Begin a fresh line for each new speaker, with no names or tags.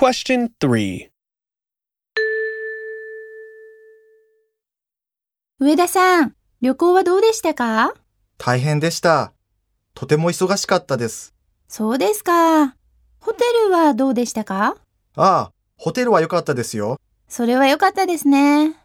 Question 3.
上田さん、旅行はどうでしたか
大変でした。とても忙しかったです。
そうですか。ホテルはどうでしたか
ああ、ホテルは良かったですよ。
それは良かったですね。